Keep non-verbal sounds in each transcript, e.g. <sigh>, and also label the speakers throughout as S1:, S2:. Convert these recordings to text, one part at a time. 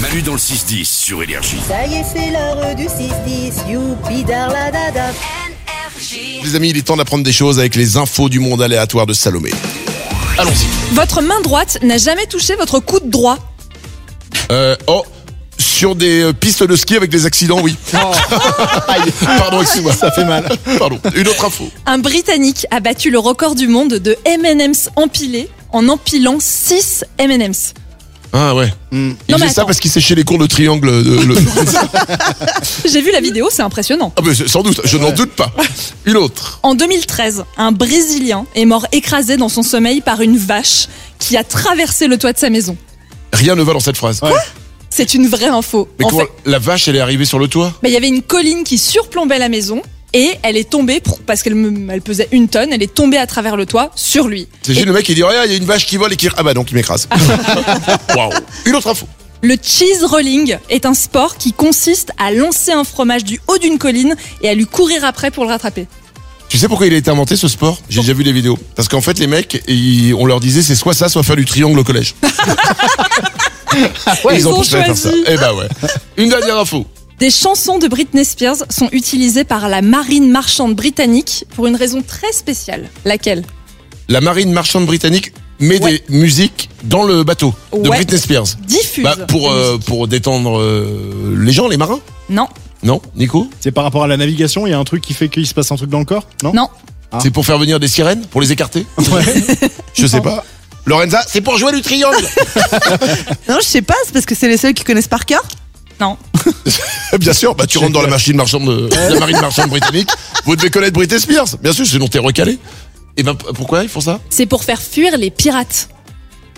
S1: Manu dans le 6-10 sur Énergie.
S2: Ça y est, c'est l'heure du 6-10. Youpi, darla, dada.
S3: Les amis, il est temps d'apprendre des choses avec les infos du monde aléatoire de Salomé. Allons-y.
S4: Votre main droite n'a jamais touché votre coude droit.
S3: Euh, oh, sur des euh, pistes de ski avec des accidents, oui. <laughs> Aïe. Pardon, excuse-moi. Ça fait mal. Pardon. Une autre info.
S4: Un Britannique a battu le record du monde de M&M's empilés en empilant 6 M&M's.
S3: Ah ouais. Il
S4: Non, mais
S3: fait ça
S4: attends.
S3: parce qu'il séchait les cours de triangle. De, le-
S4: J'ai vu la vidéo, c'est impressionnant.
S3: Ah, mais sans doute, je n'en doute pas. Une autre.
S4: En 2013, un Brésilien est mort écrasé dans son sommeil par une vache qui a traversé le toit de sa maison.
S3: Rien ne va dans cette phrase.
S4: C'est une vraie info.
S3: Mais
S4: En
S3: comment
S4: fait,
S3: la vache, elle est arrivée sur le toit
S4: bah, il y avait une colline qui surplombait la maison et elle est tombée pour- parce qu'elle me- elle pesait une tonne. Elle est tombée à travers le toit sur lui.
S3: C'est juste le mec qui dit Regarde, il y a une vache qui vole et qui. Ah bah donc il <laughs> m'écrase. Waouh. Une autre info.
S4: Le cheese rolling est un sport qui consiste à lancer un fromage du haut d'une colline et à lui courir après pour le rattraper.
S3: Tu sais pourquoi il a été inventé ce sport J'ai déjà vu des vidéos. Parce qu'en fait, les mecs, ils- on leur disait c'est soit ça, soit faire du triangle au collège.
S4: <laughs> Ah Ils ont
S3: préféré
S4: choisi.
S3: Eh bah ouais. Une dernière info.
S4: Des chansons de Britney Spears sont utilisées par la marine marchande britannique pour une raison très spéciale. Laquelle
S3: La marine marchande britannique met
S4: Ouais.
S3: des musiques dans le bateau de
S4: Ouais.
S3: Britney Spears.
S4: Diffuse.
S3: Bah, pour, euh, pour détendre euh, les gens, les marins
S4: Non,
S3: Non, Nico
S5: C'est par rapport à la navigation, il y a un truc qui fait qu'il se passe un truc dans le corps Non
S4: non.
S5: Ah.
S3: C'est pour faire venir des sirènes Pour les écarter Je sais pas. Lorenza, c'est pour jouer du triangle
S6: Non, je sais pas, c'est parce que c'est les seuls qui connaissent par cœur.
S3: Bien sûr, bah tu rentres dans la machine marchande de la marine marchande britannique, vous devez connaître Britney Spears, bien sûr, sinon t'es recalé. Et ben p- pourquoi ils font ça
S4: C'est pour faire fuir les pirates.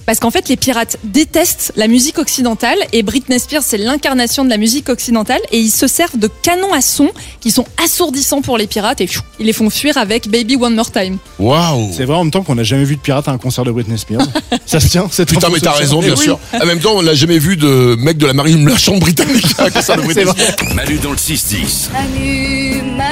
S4: Parce qu'en fait, les pirates détestent la musique occidentale et Britney Spears, c'est l'incarnation de la musique occidentale et ils se servent de canons à son qui sont assourdissants pour les pirates et pfiou, ils les font fuir avec Baby One More Time.
S3: Waouh
S5: C'est vrai en même temps qu'on n'a jamais vu de pirate à un concert de
S3: <laughs>
S5: Britney Spears. ça se tient, cette
S3: Putain mais
S5: info
S3: t'as
S5: se tient.
S3: raison
S5: Mais
S3: bien
S5: oui.
S3: sûr. En même temps on n'a jamais vu de hein, mec de la marine marchande britannique à un concert de Britney Spears.
S1: Manu dans le 6-10.
S2: Manu, Manu.